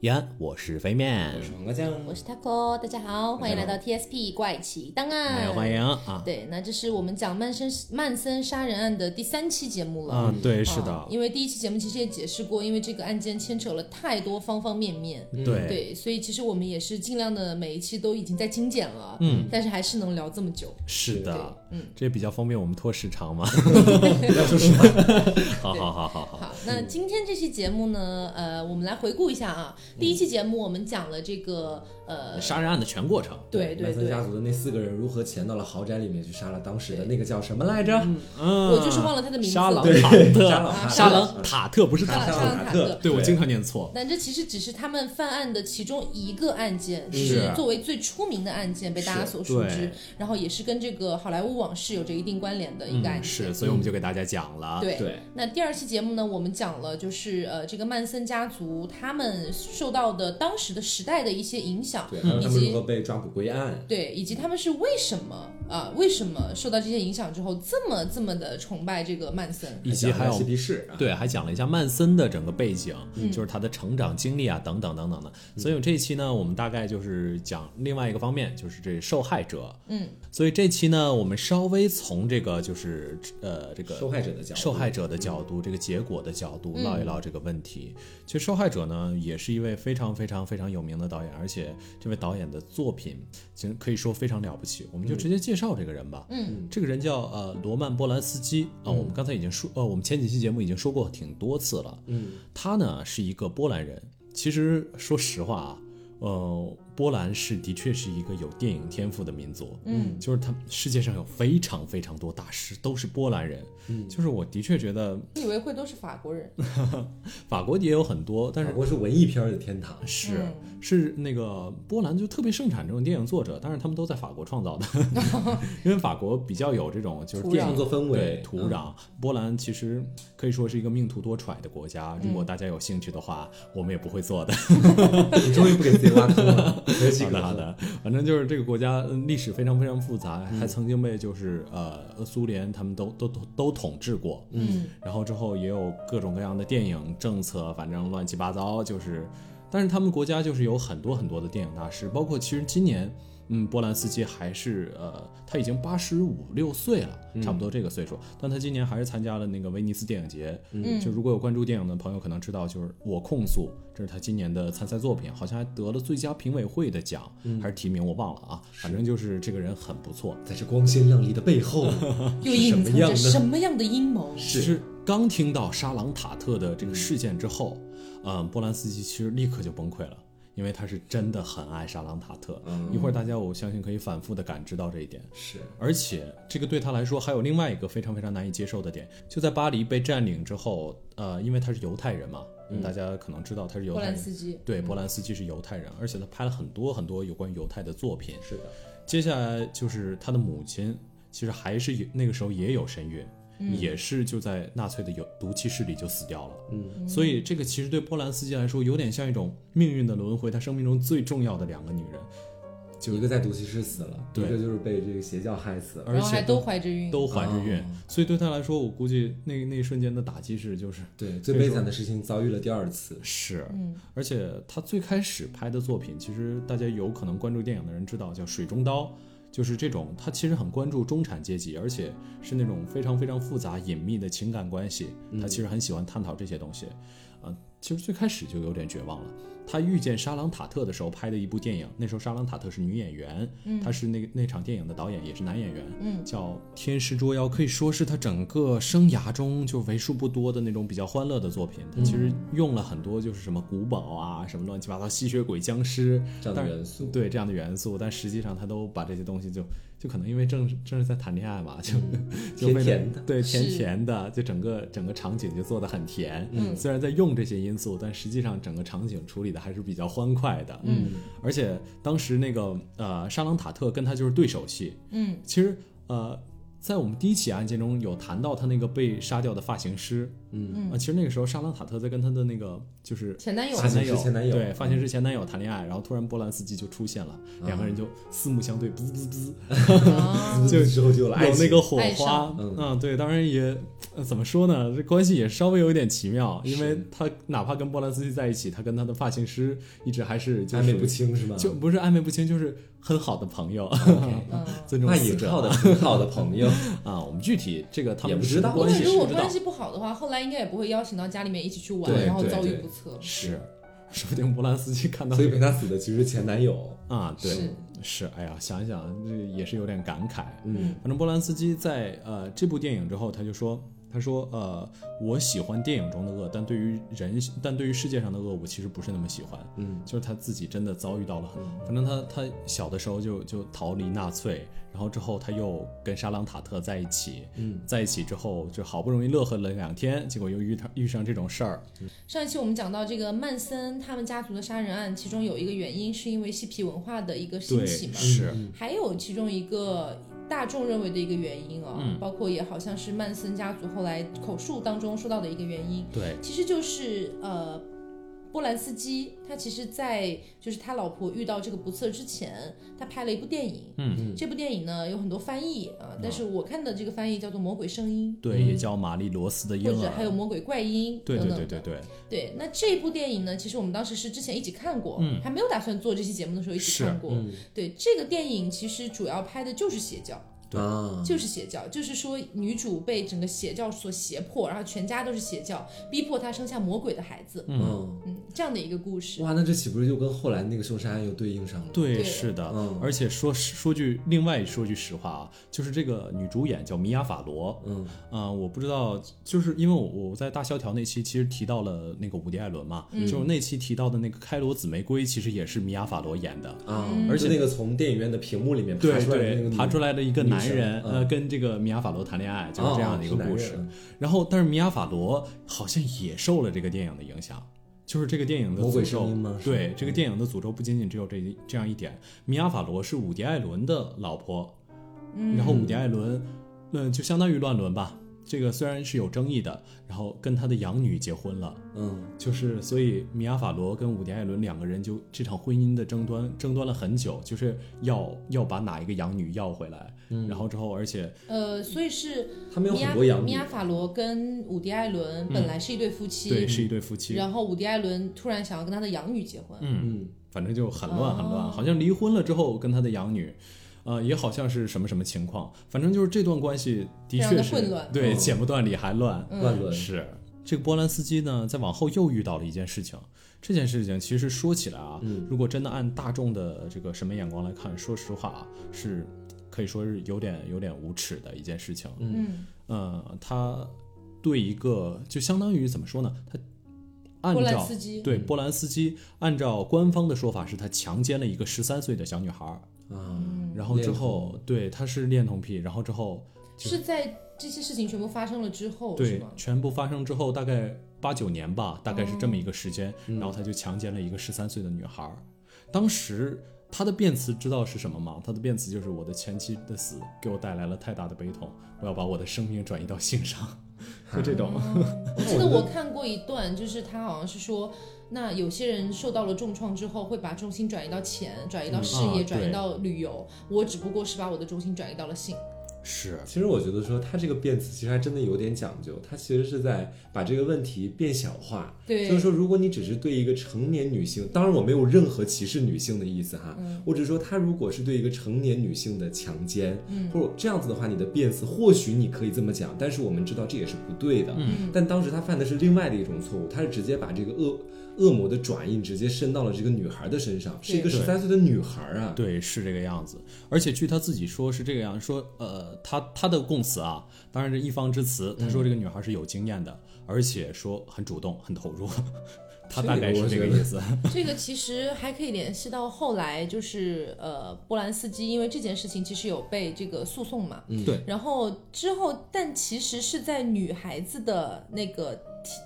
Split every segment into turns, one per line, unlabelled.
延安，我是肥面
我，是黄瓜酱，
嗯我是 Taco，大家好，欢迎来到 TSP 怪奇档案，
欢迎欢迎啊！
对，那这是我们讲曼森曼森杀人案的第三期节目了。
啊，对，
嗯
是的，
因为第一期节目其实也解释过，因为这个案件牵扯了太多方方面面，
对，
对，所以其实我们也是尽量的每一期都已经在精简了，
嗯，
但是还是能聊这么久，
是
对
的，，
嗯，
这比较方便我们拖时长嘛。
不 要说实话，
好好好好好，
好，那今天这期节目呢，呃，我们来回顾一下啊，
嗯
第一期节目我们讲了这个呃，
杀人案的全过程，
对对
曼森
对，
家族的那四个人如何潜到了豪宅里面去杀了当时的那个叫什么来着？
嗯，
我就是忘了他的名字
沙
了
朗，塔
沙朗
特，
塔
沙
特
朗塔特不是
沙
塔
朗
特，
朗塔特
对我经常念错，
但这其实只是他们犯案的其中一个案件，
是
是作为最出名的案件被大家所熟
对
知，然后也是跟这个好莱坞往事有着一定关联的一个案
嗯，
件。
是，所啊以我们就给大家讲了，
对
对，
那第二期节目呢，我们讲了就是呃，这个曼森家族他们受到的当时的时代的一些影响，
对，还有
以
他们如何
及
被抓捕归案，
对，以及他们是为什么啊、为什么受到这些影响之后这么这么的崇拜这个曼森？
以及还有
嬉皮士啊，
对，还讲了一下曼森的整个背景，就是他的成长经历啊，等等等等的。所以这一期呢，我们大概就是讲另外一个方面，就是这受害者。
嗯，
所以这期呢，我们稍微从这个就是呃这个
受害者的角度，嗯
受害者的角度，这个结果的角度唠一唠这个问题。其实受害者呢，也是一位非常非常非常有名的导演，而且这位导演的作品其实可以说非常了不起。我们就直接介绍这个人吧。
嗯，
这个人叫呃罗曼·波兰斯基啊、
嗯
我们刚才已经说呃，我们前几期节目已经说过挺多次了。
嗯，
他呢是一个波兰人。其实说实话啊，呃，波兰是的确是一个有电影天赋的民族。
嗯，
就是他世界上有非常非常多大师都是波兰人。嗯，就是我的确觉得
你以为会都是法国
嗯
人？
法国也有很多，但
法
是
国是文艺片的天堂，
是、啊是那个波兰就特别盛产这种电影作者，但是他们都在法国创造的，因为法国比较有这种就是
土壤
电影
创作氛
对
围，
土壤。波兰其实可以说是一个命途多舛的国家，如果大家有兴趣的话，我们也不会做的。
嗯，你终于不给自己挖坑 了，没有几
好
个
的好的，反正就是这个国家嗯历史非常非常复杂，
嗯
还曾经被就是呃苏联他们都都都都统治过，
嗯，
然后之后也有各种各样的电影政策，反正乱七八糟，就是，但是他们国家就是有很多很多的电影大师，包括其实今年，嗯，波兰斯基还是呃，他已经八十五六岁了，差不多这个岁数，但他今年还是参加了那个威尼斯电影节，
嗯
就如果有关注电影的朋友可能知道，就是《我控诉》，这是他今年的参赛作品，好像还得了最佳评委会的奖，还是提名我忘了啊，反正就是这个人很不错，
在这光鲜亮丽的 背后，
又
是什
隐
么
藏
样
着
呢？
什么样的阴谋？
其实刚听到沙朗塔特的这个事件之后，嗯，波兰斯基其实立刻就崩溃了，因为他是真的很爱沙朗塔特。
嗯
一会儿大家我相信可以反复的感知到这一点。
是，
而且这个对他来说还有另外一个非常非常难以接受的点，就在巴黎被占领之后，呃，因为他是犹太人嘛，大家可能知道他是犹
嗯波
太
兰
人。
斯基，
对，波兰斯基是犹太人，而且他拍了很多很多有关犹太的作品。
是的，
接下来就是他的母亲，其实还是有那个时候也有身孕，
嗯
也是就在纳粹的有毒气室里就死掉了。嗯，所以这个其实对波兰斯基来说，有点像一种命运的轮回，他生命中最重要的两个女人，
就一个在毒气室死了，一
对
个就是被这个邪教害死了，
而
然后还
且
都怀着孕，
都怀着孕
哦，
所以对他来说，我估计那那一瞬间的打击是就是
对，最悲惨的事情遭遇了第二次，
是，
嗯
而且他最开始拍的作品，其实大家有可能关注电影的人知道，叫《水中刀》，就是这种他其实很关注中产阶级，而且是那种非常非常复杂隐秘的情感关系，他其实很喜欢探讨这些东西。啊、其实最开始就有点绝望了。他遇见沙朗塔特的时候拍的一部电影，那时候沙朗塔特是女演员，她是那那场电影的导演，也是男演员，
嗯
叫《天师捉妖》，可以说是他整个生涯中就为数不多的那种比较欢乐的作品。他其实用了很多就是什么古堡啊，什么乱七八糟吸血鬼、僵尸
这样的
但
元素
对这样的元素，但实际上他都把这些东西就就可能因为正正是在谈恋爱嘛，就、就为了
嗯甜甜的
对甜
是
甜的，就整个整个场景就做的很甜。嗯，虽然在用这些因素，但实际上整个场景处理的还是比较欢快的。嗯，而且当时那个呃沙朗塔特跟他就是对手戏，
嗯
其实呃，在我们第一起案件中有谈到他那个被杀掉的发型师，
嗯，
啊，其实那个时候莎朗塔特在跟她的那个就是
前男友
前男友
前
前男友嗯
对，发型师前男友谈恋爱，然后突然波兰斯基就出现了，两个人就四目相对，滋滋 滋，
啊，
就
之后就啊有了爱
有那
情
个火
爱
花
上，
嗯
嗯，对，当然也呃怎么说呢，这关系也稍微有一点奇妙，因为
是
他哪怕跟波兰斯基在一起，他跟他的发型师一直还是就
暧
是
昧不清嗯是吗？
就不是暧昧不清，就是很好的朋友，
嗯。
尊重
那
死
也啊
者
靠的很好的朋 友，
啊。我们具体这个他们
也不
是
知道
关
因
系
为
如果
不知道
关系不好的话，后来应该也不会邀请到家里面一起去玩，
对
然后
对
遭遇
对
不测。
是，说不定波兰斯基看到
所以
这
陪
个
他死的其实是前男友。
啊，对，
是
是，哎呀，想一想这也是有点感慨。
嗯，
反正波兰斯基在呃这部电影之后，他就说，他说呃，我喜欢电影中的恶，但对于人，但对于世界上的恶，我其实不是那么喜欢。
嗯，
就是他自己真的遭遇到了很，
嗯
反正他他小的时候就就逃离纳粹，然后之后他又跟沙朗塔特在一起，
嗯，
在一起之后就好不容易乐呵了两天，结果又遇他遇上这种事儿，
上一期我们讲到这个曼森他们家族的杀人案，其中有一个原因是因为嬉皮文化的一个兴
对，
起嘛，嗯
是，
嗯
还有其中一个大众认为的一个原因啊、
嗯
包括也好像是曼森家族后来口述当中说到的一个原因，
对，
其实就是呃，波兰斯基他其实在就是他老婆遇到这个不测之前，他拍了一部电影，
嗯，
这部电影呢有很多翻译啊、但是我看的这个翻译叫做《魔鬼声音
对，也叫玛丽罗斯的》，婴
嗯或者还有《
儿，
魔鬼怪音》
对
等
对
等
对对对。
对，那这部电影呢，其实我们当时是之前一起看过，
嗯
还没有打算做这期节目的时候一起
是啊
看过。
嗯
对，这个电影其实主要拍的就是邪教，
对
啊，
就是邪教，就是说女主被整个邪教所胁迫，然后全家都是邪教，逼迫她生下魔鬼的孩子，
嗯，
嗯，这样的一个故事。
哇，那这岂不是就跟后来那个凶杀案又对应上了？
对，
对
是的，
嗯
而且说说句另外说句实话啊，就是这个女主演叫米娅法罗，
嗯
嗯、我不知道，就是因为我我在大萧条那期其实提到了那个伍迪艾伦嘛，
嗯
就是那期提到的那个开罗紫玫瑰，其实也是米娅法罗演的。
啊，
而且
就那个从电影院的屏幕里面
对
爬出来的那
对
个，女
爬出来的一个男人，
女生嗯
呃，跟这个米娅法罗谈恋爱，就是这样的一个
哦哦是男
故事
人。
然后，但是米娅法罗好像也受了这个电影的影响，就是这个电影的
魔鬼
诅咒
声音吗是
对，这个电影的诅咒不仅仅只有这一这样一点。米娅法罗是伍迪·艾伦的老婆，然后伍迪·艾伦，嗯、就相当于乱伦吧。这个虽然是有争议的，然后跟他的养女结婚了。
嗯
就是，所以米娅·法罗跟伍迪·艾伦两个人就这场婚姻的争端争端了很久，就是要要把哪一个养女要回来，
嗯
然后之后，而且
呃，所以是
他们有
米
很
娅
多养
米
女
娅法罗跟伍迪·艾伦本来是一对夫妻，
对是一对夫妻，
然后伍迪·艾伦突然想要跟他的养女结婚，
嗯
反正就很乱很乱，
哦
好像离婚了之后跟他的养女。呃，也好像是什么什么情况，反正就是这段关系的
非常
确
地
是
混乱嗯
对
嗯
剪不断理还乱，
乱伦
是这个波兰斯基呢，在往后又遇到了一件事情。这件事情其实说起来啊，
嗯
如果真的按大众的这个审美眼光来看，说实话啊，是可以说是有点有点无耻的一件事情。
嗯，
呃，他对一个就相当于怎么说呢？他按
波兰
照
斯基，
对波兰斯基按照官方的说法是他强奸了一个十三岁的小女孩儿，
啊，
嗯
然后之后对他是恋童癖，然后之后
是在这些事情全部发生了之后，哦是
对
吗？
全部发生之后，大概八九年吧，大概是这么一个时
哦
间，然
嗯
后他就强奸了一个十三岁的女孩儿。当时他的辩词知道是什么吗？他的辩词就是我的前妻的死给我带来了太大的悲痛，我要把我的生命转移到性上，就这种。
嗯我记得我看过一段，就是他好像是说，那有些人受到了重创之后，会把重心转移到钱，转移到事
嗯啊
业，转
对
移到旅游。我只不过是把我的重心转移到了性。
是，
其实我觉得说他这个辩词其实还真的有点讲究，他其实是在把这个问题变小化。
对
就是说如果你只是对一个成年女性，当然我没有任何歧视女性的意思哈，我只是说他如果是对一个成年女性的强奸，嗯，或者这样子的话，你的辩词或许你可以这么讲，但是我们知道这也是不对的。嗯，但当时他犯的是另外的一种错误，他是直接把这个恶恶魔的爪印直接伸到了这个女孩的身上，是一个
对
十三岁的女孩啊。
对，是这个样子。而且据他自己说是这个样，说呃，他他的供词啊，当然是一方之词，他说这个女孩是有经验的，而且说很主动、很投入， 他
这
大
个
概是
我
这个
觉
意
得
思。
这个其实还可以联系到后来，就是呃，波兰斯基因为这件事情其实有被这个诉讼嘛，
嗯
对，
然后之后，但其实是在女孩子的那个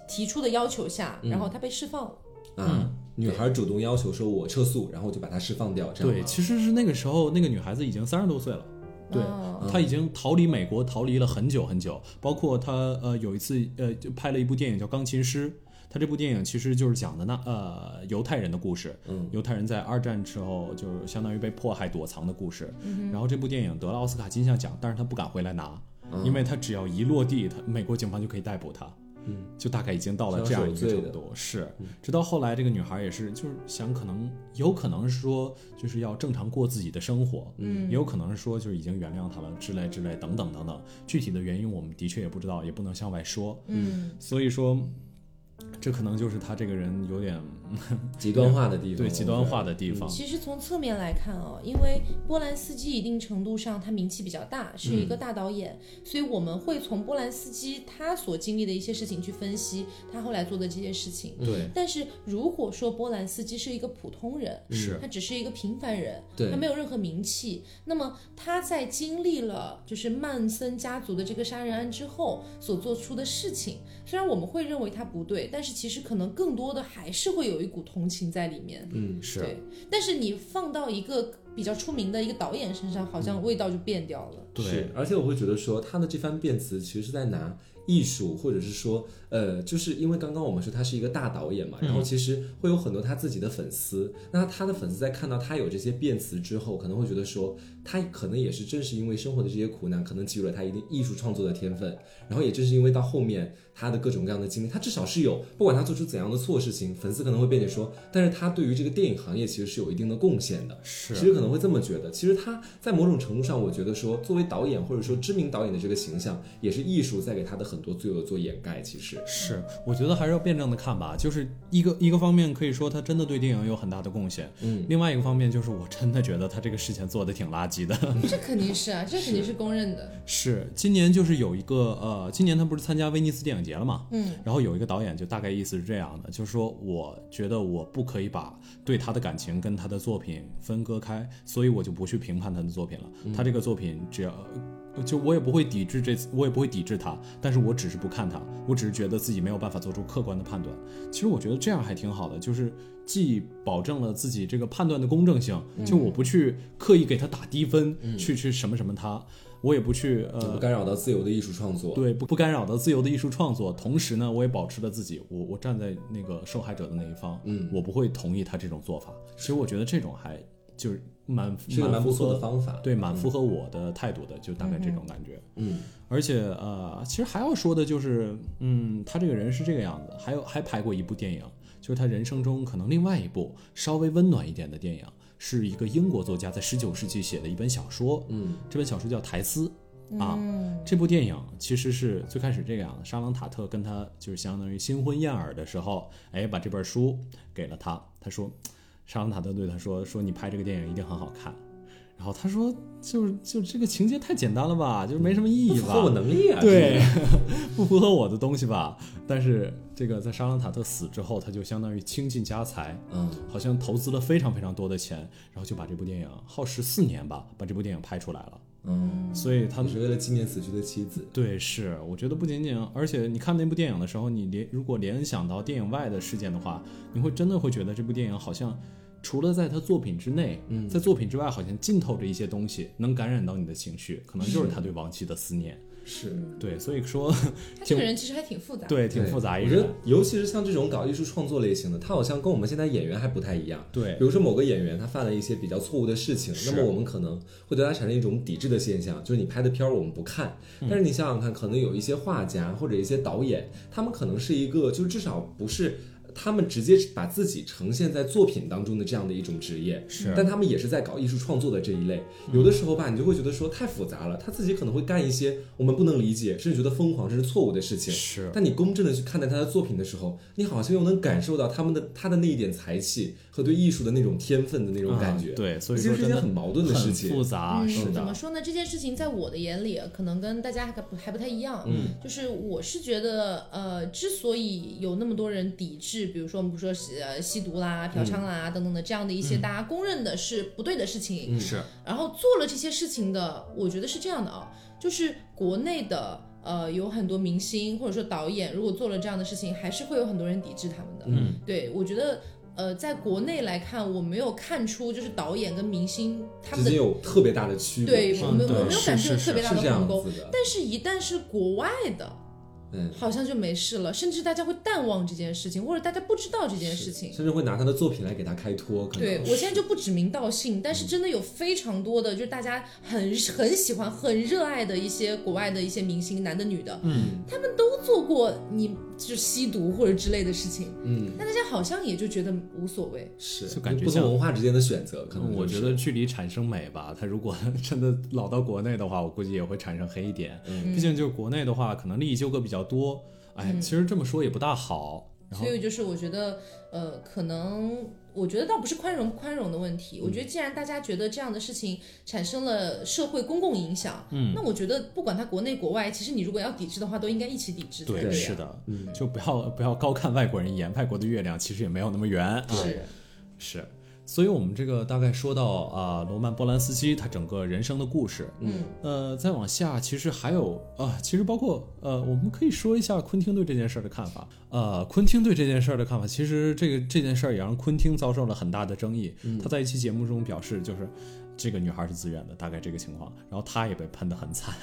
提提出的要求下，然后他被释放了。
啊，
嗯
女孩主动要求说我撤诉，然后我就把她释放掉，这样啊
对，
吗
其实是那个时候，那个女孩子已经三十多岁了，对
哦
他已经逃离美国，逃离了很久很久。包括他呃有一次呃就拍了一部电影叫《钢琴师》，他这部电影其实就是讲的那呃犹太人的故事，
嗯，
犹太人在二战之后就是相当于被迫害躲藏的故事。
嗯
然后这部电影得了奥斯卡金像奖，但是他不敢回来拿，因为他只要一落地，他美国警方就可以逮捕他。
嗯，
就大概已经到了这样一个程度，是。直到后来，这个女孩也是，就是想可能有可能是说，就是要正常过自己的生活，
嗯
也有可能是说就是已经原谅他了之类之类等等等等，具体的原因我们的确也不知道，也不能向外说。
嗯
所以说，这可能就是他这个人有点
极端化的地方，
对极端化的地
嗯
方。
其实从侧面来看哦，因为波兰斯基一定程度上他名气比较大，是
嗯
一个大导演，所以我们会从波兰斯基他所经历的一些事情去分析他后来做的这些事情。
对，
但是如果说波兰斯基是一个普通人，
嗯是
他只是一个平凡人，
对
他没有任何名气。那么他在经历了就是曼森家族的这个杀人案之后所做出的事情，虽然我们会认为他不对，但是其实可能更多的还是会有一股同情在里面。
嗯，
是
对，但是你放到一个比较出名的一个导演身上，好像味道就变掉了。
对
是，而且我会觉得说，他的这番辩词其实是在拿艺术，或者是说，呃，就是因为刚刚我们说他是一个大导演嘛，然后其实会有很多他自己的粉丝，那他的粉丝在看到他有这些辩词之后，可能会觉得说，他可能也是正是因为生活的这些苦难，可能给予了他一定艺术创作的天分，然后也正是因为到后面他的各种各样的经历，他至少是有，不管他做出怎样的错事情，粉丝可能会辩解说，但是他对于这个电影行业其实是有一定的贡献的，
是
其实可能会这么觉得。其实他在某种程度上，我觉得说，作为导演或者说知名导演的这个形象，也是艺术在给他的很多罪恶做掩盖。其实，
是，我觉得还是要辩证的看吧。就是一个一个方面，可以说他真的对电影有很大的贡献；
嗯，
另外一个方面，就是我真的觉得他这个事情做的挺垃圾的。
这肯定是啊，这肯定是公认的。
是，今年就是有一个呃，今年他不是参加威尼斯电影节了嘛？
嗯，
然后有一个导演就大概意思是这样的，就是说我觉得我不可以把对他的感情跟他的作品分割开，所以我就不去评判他的作品了。他这个作品只要。呃就我也不会抵制这，我也不会抵制他，但是我只是不看他，我只是觉得自己没有办法做出客观的判断。其实我觉得这样还挺好的，就是既保证了自己这个判断的公正性，就我不去刻意给他打低分，去去什么什么他，我也不去呃
就不干扰到自由的艺术创作。
对，不不干扰到自由的艺术创作，同时呢，我也保持了自己，我我站在那个受害者的那一方，
嗯，
我不会同意他这种做法。其实我觉得这种还就是蛮
是个蛮
符
不错的
合，
嗯方法。
对，蛮符合我的态度的，就大概这种感觉。
嗯，
而且呃，其实还要说的就是，嗯，他这个人是这个样子，还有还拍过一部电影，就是他人生中可能另外一部稍微温暖一点的电影，是一个英国作家在十九世纪写的一本小说，
嗯，
这本小说叫《苔丝》啊。
嗯
这部电影其实是最开始这个样的，沙朗塔特跟他就是相当于新婚燕尔的时候，哎，把这本书给了他，他说，沙朗塔特对他说，说你拍这个电影一定很好看，然后他说，就是就这个情节太简单了吧，就是没什么意
不
义
符合我
吧。
能力啊。
对，不符合我的东西吧。但是这个在沙朗塔特死之后，他就相当于倾尽家财，
这个，嗯，
好像投资了非常非常多的钱，然后就把这部电影耗时四年吧，把这部电影拍出来了。
嗯，
所以他
他们是为了纪念死去的妻子。
对，是，我觉得不仅仅，而且你看那部电影的时候，你联如果联想到电影外的事件的话，你会真的会觉得这部电影好像除了在他作品之内，嗯，在作品之外好像浸透着一些东西，能感染到你的情绪，可能就是他对亡妻的思念。
是，
对，所以说，
他这个人其实还挺复杂。，
对，
对
挺复杂一
我觉得
人。，
尤其是像这种搞艺术创作类型的，他好像跟我们现在演员还不太一样。
对
比，如说某个演员他犯了一些比较错误的事情，
是
那么我们可能会对他产生一种抵制的现象，就是你拍的片儿我们不看。
嗯
但是你想想看，可能有一些画家或者一些导演，他们可能是一个，就是至少不是。他们直接把自己呈现在作品当中的这样的一种职业，
是
但他们也是在搞艺术创作的这一类。有的时候吧，你就会觉得说太复杂了，他自己可能会干一些我们不能理解，甚至觉得疯狂，甚至错误的事情。
是
但你公正的去看待他的作品的时候，你好像又能感受到他们的他的那一点才气和对艺术的那种天分的那种感觉。
啊对，所以
其
说
实是一
真
件
的
很矛盾的事情。
很复杂，
嗯，
啊是
怎么
的，
说呢？这件事情在我的眼里，可能跟大家还不还不太一样。嗯，就是我是觉得，呃，之所以有那么多人抵制，比如说我们不说吸呃吸毒啦、嫖娼啦、
嗯
等等的这样的一些大家公认的是不对的事情，
是
然后做了这些事情的，我觉得是这样的啊，就是国内的呃有很多明星或者说导演，如果做了这样的事情，还是会有很多人抵制他们的。
嗯，
对我觉得呃，在国内来看，我没有看出就是导演跟明星他
之
们
间
的
有特别大的区别。
对
是
我
吗
没有我
对
没有
是
感觉有
是
特别大
是这
的
样
鸿沟，
子的，
但是一旦是国外的，
嗯，
好像就没事了，甚至大家会淡忘这件事情，或者大家不知道这件事情。
甚至会拿他的作品来给他开脱。可能
对我现在就不指名道姓，但是真的有非常多的，就是大家很很喜欢、很热爱的一些国外的一些明星，男的、女的，
嗯，
他们都做过你就吸毒或者之类的事情，
嗯，
但大家好像也就觉得无所谓。
是
就感觉
嗯不同
像
文化之间的选择，可能
嗯我
就是
觉得距离产生美吧，它如果 真的老到国内的话，我估计也会产生黑一点。
嗯
毕竟就是国内的话，可能利益纠葛比较多。哎，其实这么说也不大好。然后
所以就是我觉得，呃，可能我觉得倒不是宽容不宽容的问题，我
嗯
觉得既然大家觉得这样的事情产生了社会公共影响，嗯，那我觉得不管它国内国外，其实你如果要抵制的话，都应该一起抵制才
对，
呀
是，的，
嗯
就不要不要高看外国人一眼，外国的月亮其实也没有那么圆啊。
是，
是，所以我们这个大概说到啊、罗曼·波兰斯基他整个人生的故事。
嗯
呃，再往下，其实还有啊、其实包括呃，我们可以说一下昆汀对这件事儿的看法。呃，昆汀对这件事儿的看法，其实这个这件事儿也让昆汀遭受了很大的争议。他在一期节目中表示，就是这个女孩是自愿的，大概这个情况。然后他也被喷得很惨。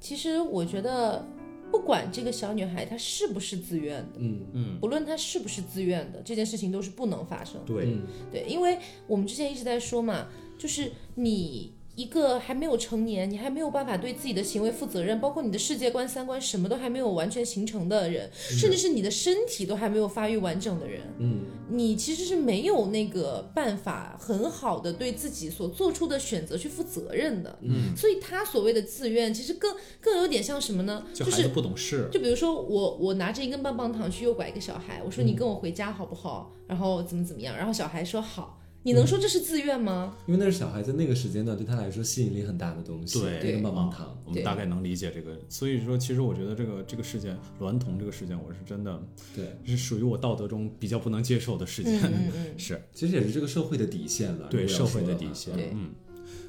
其实我觉得，不管这个小女孩她是不是自愿的，
嗯
不论她是不是自愿的，这件事情都是不能发生的。
对
嗯
对，因为我们之前一直在说嘛，就是你一个还没有成年，你还没有办法对自己的行为负责任，包括你的世界观、三观什么都还没有完全形成的人，甚至是你的身体都还没有发育完整的人，
嗯，
你其实是没有那个办法很好的对自己所做出的选择去负责任的。嗯，所以他所谓的自愿，其实更更有点像什么呢？
就
就
孩子
是
不懂事，
就比如说我我拿着一根棒棒糖去诱拐一个小孩，我说你跟我回家好不好？然后怎么怎么样？然后小孩说好，你能说这是自愿吗？
因为那是小孩在那个时间段，对他来说吸引力很大的东西，
对
那个棒棒
啊
糖，
我们大概能理解这个。所以说，其实我觉得这个这个事件，罗安童这个事件，我是真的
对，
是属于我道德中比较不能接受的事件。
嗯嗯
是
其实也是这个社会的底线了，啊
对
如果
社
啊要说
会的
话
底线
对。
嗯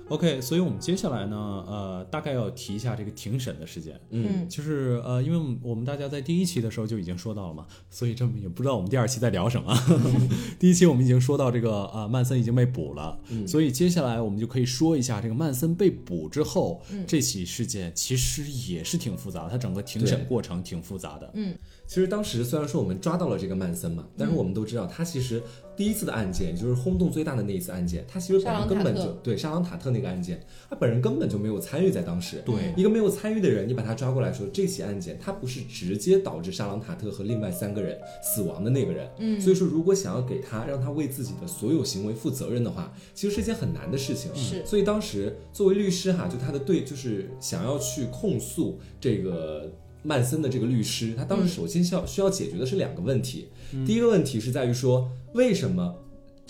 ，OK，所以我们接下来呢，呃，大概要提一下这个庭审的事件。
嗯
就是呃，因为我们大家在第一期的时候就已经说到了嘛，所以这么也不知道我们第二期在聊什么。 第一期我们已经说到这个啊、呃曼森已经被捕了，
嗯
所以接下来我们就可以说一下这个曼森被捕之后，这起事件其实也是挺复杂的，它整个庭审
对
过程挺复杂的。
其实当时虽然说我们抓到了这个曼森嘛，但是
嗯
我们都知道他其实第一次的案件，也就是轰动最大的那一次案件，他其实本
沙
人
朗
根本
塔
就
特
对沙朗塔特那个案件，他本人根本就没有参与在当时。
对
一个没有参与的人，你把他抓过来说这起案件，他不是直接导致沙朗塔特和另外三个人死亡的那个人。嗯，所以说如果想要给他让他为自己的所有行为负责任的话，其实是一件很难的事情。
是
所以当时作为律师哈，就他的对，就是想要去控诉这个曼森的这个律师，他当时首先需要需要解决的是两个问题。第一个问题是在于说，为什么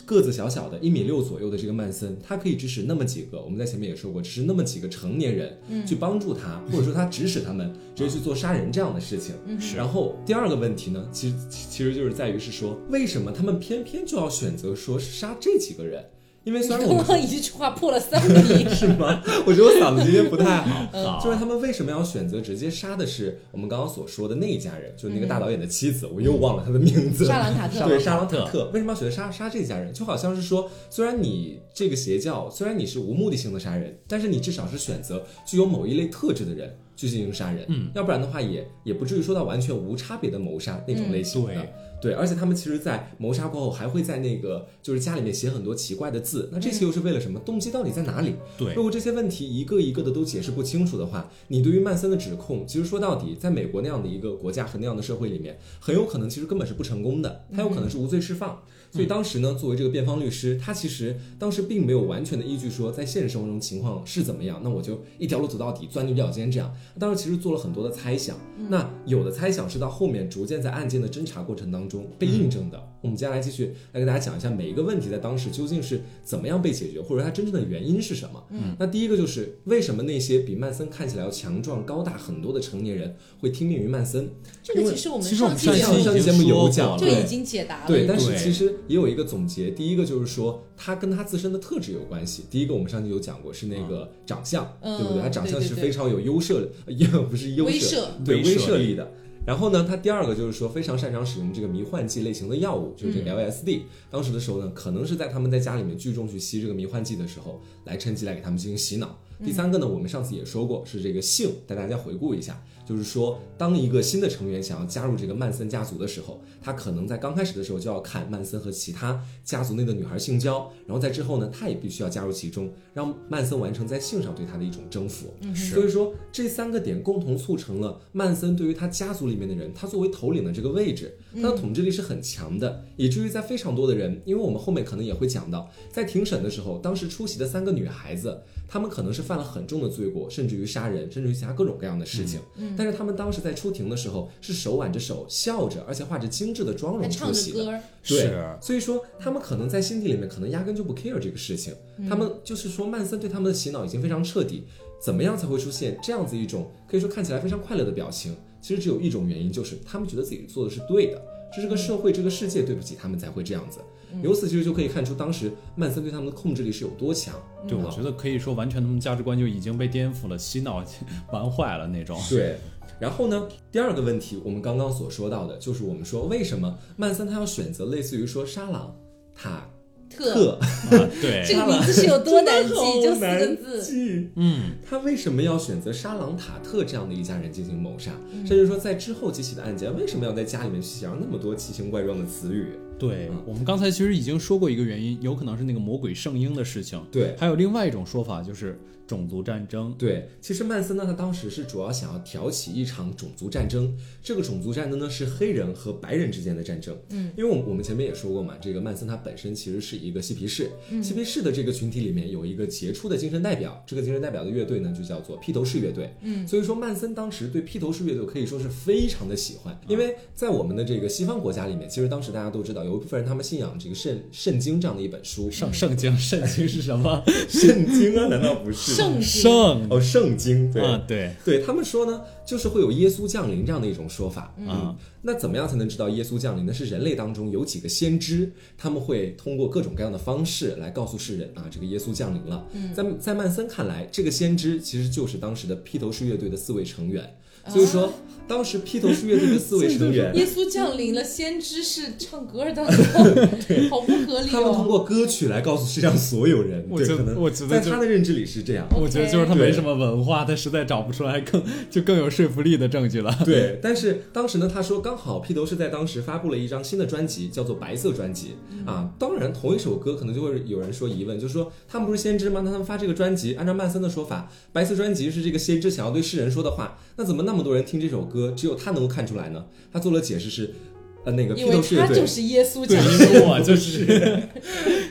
个子小小的，一米六左右的这个曼森，他可以指使那么几个，我们在前面也说过，指使那么几个成年人、去帮助他，或者说他指使他们直接去做杀人这样的事情。然后第二个问题呢，其实其其实就是在于是说，为什么他们偏偏就要选择说是杀这几个人？因为虽然我
刚
们。
刚一句话破了三题
是吗？ 我觉得我嗓子今天不太好。
好
就是他们为什么要选择直接杀的是我们刚刚所说的那一家人，就是那个大导演的妻子，我又忘了他的名字。
沙朗塔特
对，沙朗
沙
塔
朗塔
特为什么要选择杀杀这家人？就好像是说，虽然你这个邪教，虽然你是无目的性的杀人，但是你至少是选择具有某一类特质的人去进行杀人，嗯，要不然的话也也不至于说到完全无差别的谋杀那种类型的。
对
对，而且他们其实，在谋杀过后，还会在那个就是家里面写很多奇怪的字。那这些又是为了什么？动机到底在哪里？
对
如果这些问题一个一个的都解释不清楚的话，你对于曼森的指控，其实说到底，在美国那样的一个国家和那样的社会里面，很有可能其实根本是不成功的，他有可能是无罪释放。所以当时呢，作为这个辩方律师，他其实当时并没有完全的依据说在现实生活中情况是怎么样，那我就一条路走到底，钻牛角尖这样。当时其实做了很多的猜想，那有的猜想是到后面逐渐在案件的侦查过程当中被印证的。我们接下来继续来给大家讲一下每一个问题在当时究竟是怎么样被解决，或者它真正的原因是什么。嗯，那第一个就是为什么那些比曼森看起来要强壮、高大很多的成年人会听命于曼森？
这个其实我们
其实我
上
们
期节
上
期
目
上期
已
节
经
目有
说
讲
过
就
了
了
已经解答了。
对，但是
对
其实也有一个总结，第一个就是说，它跟他自身的特质有关系。第一个我们上期有讲过是那个长相，
嗯
对不对？他长
对
相
对
是
对
非常有优势，呃，不是优
威
慑
慑，
对
威
威
慑
慑力的。然后呢，他第二个就是说非常擅长使用这个迷幻剂类型的药物，就是这个 LSD。当时的时候呢，可能是在他们在家里面聚众去吸这个迷幻剂的时候，来趁机来给他们进行洗脑。第三个呢，我们上次也说过，是这个性，带大家回顾一下，就是说，当一个新的成员想要加入这个曼森家族的时候，他可能在刚开始的时候就要砍曼森和其他家族内的女孩性交，然后在之后呢，他也必须要加入其中，让曼森完成在性上对他的一种征服。
嗯
所以说，这三个点共同促成了曼森对于他家族里面的人，他作为头领的这个位置，
嗯
他的统治力是很强的，以至于在非常多的人，因为我们后面可能也会讲到，在庭审的时候，当时出席的三个女孩子，她们可能是犯了很重的罪过，甚至于杀人，甚至于其他各种各样的事情。
嗯
但是她们当时在出庭的时候，是手挽着手，笑着，而且画着精致的妆
还
容出
唱
席
着
的。
歌儿，
对
是，啊
所以说他们可能在心底里面可能压根就不 care 这个事情，他们就是说曼森对他们的洗脑已经非常彻底，怎么样才会出现这样子一种可以说看起来非常快乐的表情？其实只有一种原因，就是他们觉得自己做的是对的，是这个社会这个世界对不起他们才会这样子。由此其实就可以看出当时曼森对他们的控制力是有多强。
对，
嗯
我觉得可以说完全他们价值观就已经被颠覆了，洗脑 玩坏了那种。
对。然后呢，第二个问题，我们刚刚所说到的，就是我们说为什么曼森他要选择类似于说沙朗、塔
特，
克
啊，对，
这个名字是有多难
好
记，就四个
难
字，
记
嗯，
他为什么要选择沙朗塔特这样的一家人进行谋杀？
嗯
甚至说在之后几起的案件，为什么要在家里面去想那么多奇形怪状的词语？
对
嗯
我们刚才其实已经说过一个原因，有可能是那个魔鬼圣婴的事情。
对
还有另外一种说法就是种族战争。
对，其实曼森呢，他当时是主要想要挑起一场种族战争。这个种族战争呢，是黑人和白人之间的战争。嗯，因为我们我们前面也说过嘛，这个曼森他本身其实是一个嬉皮士，嬉皮士的这个群体里面有一个杰出的精神代表，这个精神代表的乐队呢就叫做披头士乐队。嗯，所以说曼森当时对披头士乐队可以说是非常的喜欢，因为在我们的这个西方国家里面，其实当时大家都知道，有一部分人他们信仰这个圣圣经这样的一本书，
圣圣经，圣经是什么？
圣经啊，难道不是吗？
圣 经
圣
哦，圣经对。
啊，对，
对他们说呢，就是会有耶稣降临这样的一种说法。嗯
啊，
那怎么样才能知道耶稣降临呢？是人类当中有几个先知，他们会通过各种各样的方式来告诉世人啊，这个耶稣降临了。在在曼森看来，这个先知其实就是当时的披头士乐队的四位成员。所以说，当时披头士乐队的四位成 员，
耶稣降临了，先知是唱歌的，好不合理
他们通
哦。
过歌曲来告诉世界上所有人。
我
对，
觉
可能
我觉得
在
就
他的认知里是这样。
我觉得就是他没
对
什么文化，他实在找不出来更就更有说服力的证据了。
嗯
对，但是当时呢，他说刚好披头士在当时发布了一张新的专辑，叫做《白色专辑》
嗯
啊。当然，同一首歌可能就会有人说疑问，就是说他们不是先知吗？那他们发这个专辑，按照曼森的说法，白色专辑是这个先知想要对世人说的话，那怎么那么多人听这首歌，只有他能够看出来呢？他做了解释是，呃，那个披
因为
头士乐
他
队
就。是耶稣
对，
降
因
临，
为我就是，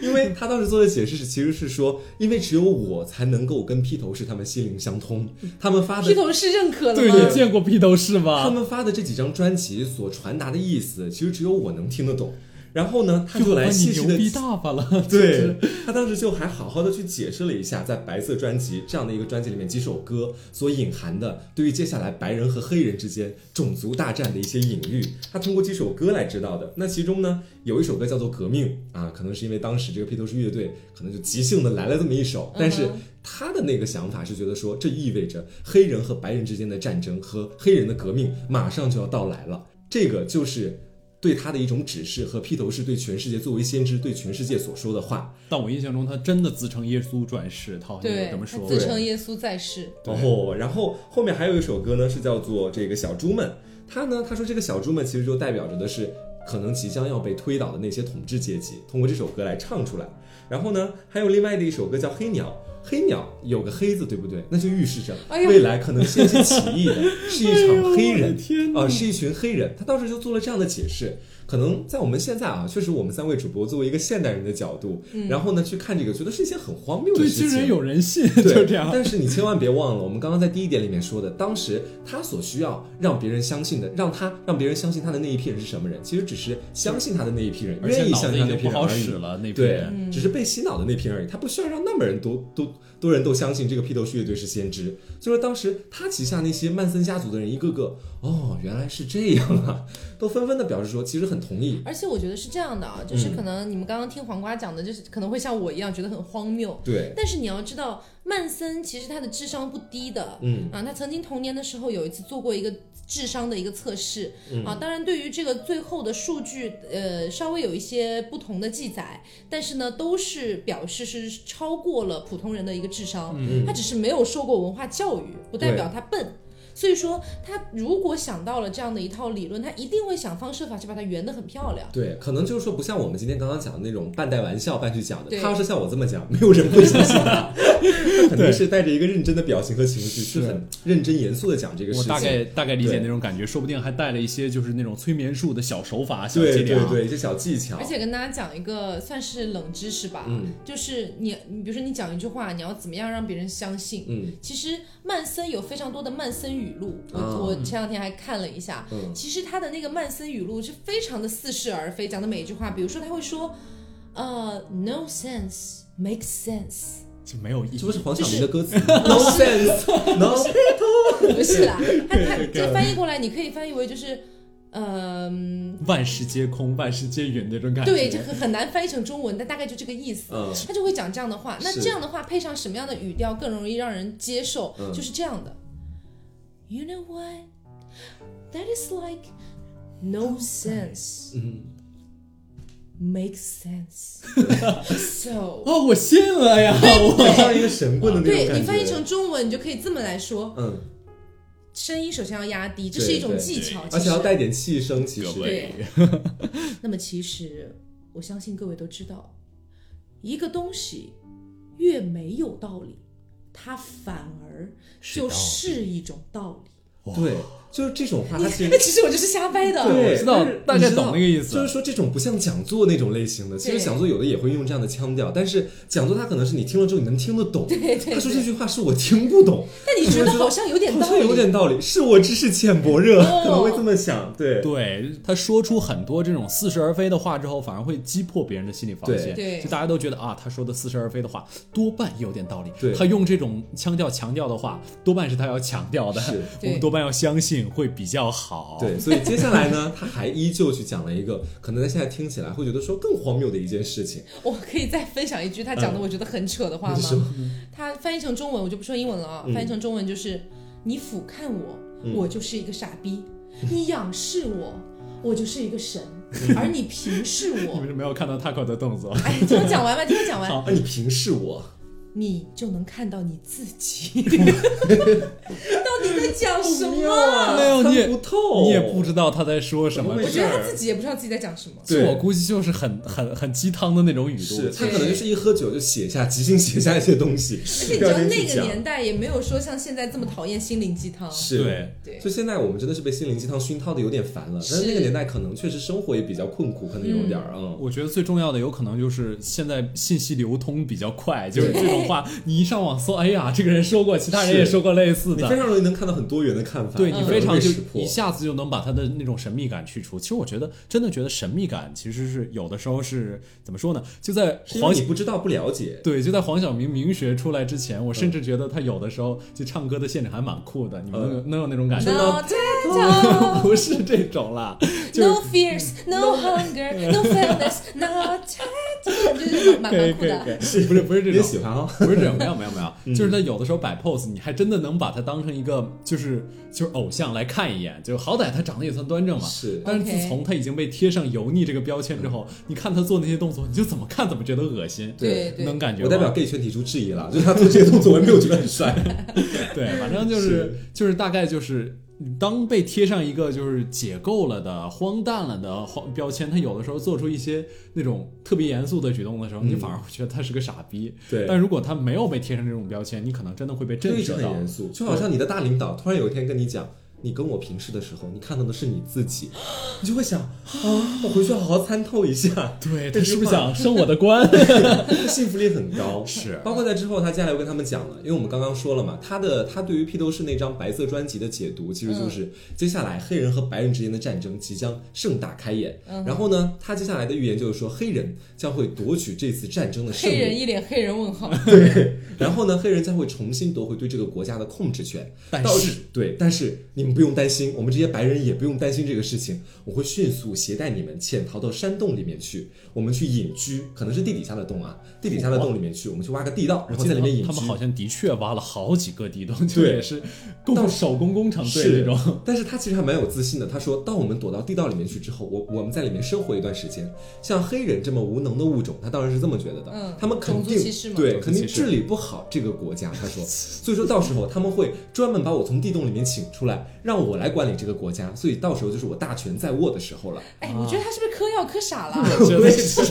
因为他当时做的解释是，其实是说，因为只有我才能够跟披头士他们心灵相通，他们发的
嗯披头士认可了
对你
吗？
见过披头士
他
吗？
们发的这几张专辑所传达的意思，其实只有我能听得懂。然后呢，他
就
就
把
来
你
细细
牛
的
逼大发 了，就是
对，他当时就还好好的去解释了一下，在白色专辑这样的一个专辑里面几首歌所隐含的对于接下来白人和黑人之间种族大战的一些隐喻，他通过几首歌来知道的。那其中呢，有一首歌叫做《革命》啊，可能是因为当时这个披头士乐队可能就即兴的来了这么一首，但是他的那个想法是觉得说，这意味着黑人和白人之间的战争和黑人的革命马上就要到来了，这个就是。对他的一种指示和披头士对全世界作为先知对全世界所说的话，
但我印象中他真的自称耶稣转世，他好像有
对
这么，
他
说过
自。称耶稣在世，
哦，然后后面还有一首歌呢，是叫做这个小猪们。他呢，他说这个小猪们其实就代表着的是可能即将要被推倒的那些统治阶级，通过这首歌来唱出来。然后呢，还有另外的一首歌叫《黑鸟》。黑鸟有个黑字，对不对？那就预示着
哎呦
未来可能掀起起义的是一
哎
场黑
呦我的
人
天
啊、是一群黑人。他当时就做了这样的解释。可能在我们现在啊，确实我们三位主播作为一个现代人的角度，然后呢去看这个，觉得是一件很荒谬的
对，
事情。
竟然有人信，
对，
就这样。
但是你千万别忘了，我们刚刚在第一点里面说的，当时他所需要让别人相信的，让他让别人相信他的那一批人是什么人，其实只是相信他的那一批人，
而且
愿意
脑
相
子
信他
已经
那批
不
人
好
而
使
已。
了，那批
对
人，
只是被洗脑的那批人而已，他不需要让那么人多多多人都相信这个披头士乐队是先知。所以说当时他旗下那些曼森家族的人，一个个哦，原来是这样啊， 都纷纷的表示说，其实很同意。
而且我觉得是这样的啊，就是可能你们刚刚听黄瓜讲的，就是可能会像我一样觉得很荒谬，
对，
但是你要知道，曼森其实他的智商不低的，
嗯
啊，他曾经童年的时候有一次做过一个智商的一个测试、啊。当然，对于这个最后的数据，呃，稍微有一些不同的记载，但是呢，都是表示是超过了普通人的一个智商。他只是没有受过文化教育，不代表他笨。所以说，他如果想到了这样的一套理论，他一定会想方设法去把它圆得很漂亮。
对，可能就是说不像我们今天刚刚讲的那种半带玩笑半去讲的，
对
他要是像我这么讲，没 有人会相信他，他肯定是带着一个认真的表情和情绪，是很认真严肃的讲这个事
我
情。
大概大概理解
对
那种感觉，说不定还带了一些就是那种催眠术的小手法、小伎
对
俩
对。对，一些小技巧
而，且跟大家讲一个算是冷知识吧，
嗯
就是你，你比如说你讲一句话，你要怎么样让别人相信？
嗯
其实曼森有非常多的曼森语录，我、
啊
我前两天还看了一下，
嗯
其实他的那个曼森语录是非常的似是而非，讲的每一句话，比如说他会说，呃，no sense makes sense，
就没有意义。
这不是黄晓
就
明
是
的歌 词 吗？No sense, no
不是啦，他他
对
这翻译过来，你可以翻译为就是，嗯、
万事皆空，万事皆云的那种感觉。
对，这很很难翻译成中文，但大概就这个意思。
嗯
他就会讲这样的话。那
是
这样的话配上什么样的语调更容易让人接受？
嗯
就是这样的。You know what? That is like no sense
嗯。
makes sense. So，
哦，我信了呀！我
就像一个神棍的那种感
嗯对
觉。
你翻译成中文，你就可以这么来说：
嗯，
声音首先要压低，这是
对
一种
对
技巧，
而
其
且要
实
带点气声，其实
各
对
位，
那么其实我相信各位都知道，一个东西越没有道理，它反而就是一种道理。
对，就是这种话，它 其
那
实。
其实我就是瞎掰的。
对，
我知道
但是
大概
你知道
懂那个意思
就是说这种不像讲座那种类型的，其实
对
讲座有的也会用这样的腔调，但是讲座它可能是你听了之后你能听得懂，
对对
他说这句话是我听不懂，
但你觉得好像有点
好
道
像
理，
有点道理，是我知识浅薄热，
哦
可能会这么想，对
对他说出很多这种似是而非的话之后，反而会击破别人的心理防线。
对对
就大家都觉得啊，他说的似是而非的话多半有点道理。
对
他用这种腔调强调的话，多半是他要强调的
是。
我们
对
多半要相信会比较好。
对，所以接下来呢， 他还依旧去讲了一个可能咱现在听起来会觉得说更荒谬的一件事情，
我可以再分享一句他讲的我觉得很扯的话
嗯你说嗯
吗？他翻译成中文，我就不说英文了啊，翻译成中文就是：你俯瞰我，我就是一个傻逼；
嗯
你仰视我，我就是一个神；而你平视
你
我
为，什么要看到 Taco 的动作？
哎，听我讲完吧，听我讲完，
啊，你平视我，
你就能看到你自 己。到底在讲什么？
没有
看
哎你也
不透，
你也不知道他在说什么。
怎么
这
回
个
我觉得他自己也不知道自己在讲什么。
自
对
我估计就是很很很鸡汤的那种语录
是，他可
对
能就是一喝酒就写下即兴写下一些东西，
而且你
第
知
二
道
天
那
去
个
讲。
年代也没有说像现在这么讨厌心灵鸡汤。
是
对
对
就现在我们真的是被心灵鸡汤熏陶的有点烦了，但是
是
那个年代可能确实生活也比较困苦，可能有点儿嗯。
我觉得最重要的有可能就是现在信息流通比较快，就是这种话，你一上网搜，哎呀，这个人说过，其他人
是
也说过类似
你非
的，
常容易能看到很多元的看法，
对
嗯
你非常
被
就
识破
一下子就能把他的那种神秘感去除。其实我觉得，真的觉得神秘感其实是有的时候是怎么说呢？就在
是因为
黄
你不知道不了解，
对，就在黄晓明明学出来之前，我甚至觉得他有的时候就唱歌的现场还蛮酷的，你们能
呃
有能有那种感觉吗？
No title,
不是这种啦，就是
no fears, no hunger, no failures, no title，就是蛮
可
蛮
以
酷
可以可
的。
以， 是不是不是这
你也
种？
喜欢哦。
不是这种，没有没有没
嗯
有，就是他有的时候摆 pose，你还真的能把他当成一个就是就是偶像来看一眼，就是好歹他长得也算端正嘛。
是
但是自
OK
从他已经被贴上油腻这个标签之后，你看他做那些动作，你就怎么看怎么觉得恶心。
对对
能感觉吗。
我代表 gay 圈提出质疑了， 就是他做这些动作，我也没有觉得很帅。
对，反正就是
是
就是大概就是。当被贴上一个就是解构了的、荒诞了的荒标签，他有的时候做出一些那种特别严肃的举动的时候，你反而会觉得他是个傻逼。
嗯对
但如果他没有被贴上这种标签，你可能真的会被震
对，
慑
是很
到。
严肃，就好像你的大领导突然有一天跟你讲，你跟我平视的时候，你看到的是你自己， 你就会想啊，我回去好好参透一下。
对，
这
他是
句
不是
话
想升我的 官？
幸福力很 高，
是
包括在之后，他接下来又跟他们讲了，因为我们刚刚说了嘛，他的他对于披头士那张白色专辑的解读，其实就是、
嗯
接下来黑人和白人之间的战争即将盛大开演。
嗯
然后呢，他接下来的预言就是说，黑人将会夺取这次战争的胜
黑人
利。
一脸黑人问号，
对，然后呢，黑人将会重新夺回对这个国家的控制权。
但
到
是
对，但是你们不用担心，我们这些白人也不用担心这个事情。我会迅速携带你们潜逃到山洞里面去，我们去隐居，可能是地底下的洞啊，地底下的洞里面去，我们去挖个地道，然后在里面隐居。
他们好像的确挖了好几个地洞，就
对
也是工手工工程队那
是
种。
但是他其实还蛮有自信的。他说，当我们躲到地道里面去之后，我我们在里面生活一段时间，像黑人这么无能的物种，他当然是这么觉得的。
嗯
他们肯
种
定
族歧视嘛
对，
种族
肯
歧视
定治理不好这个国家。他说，所以说到时候他们会专门把我从地洞里面请出来，让我来管理这个国家。所以到时候就是我大权在握的时 候了。
哎，我觉得他是不是嗑药嗑傻了？啊
真的是，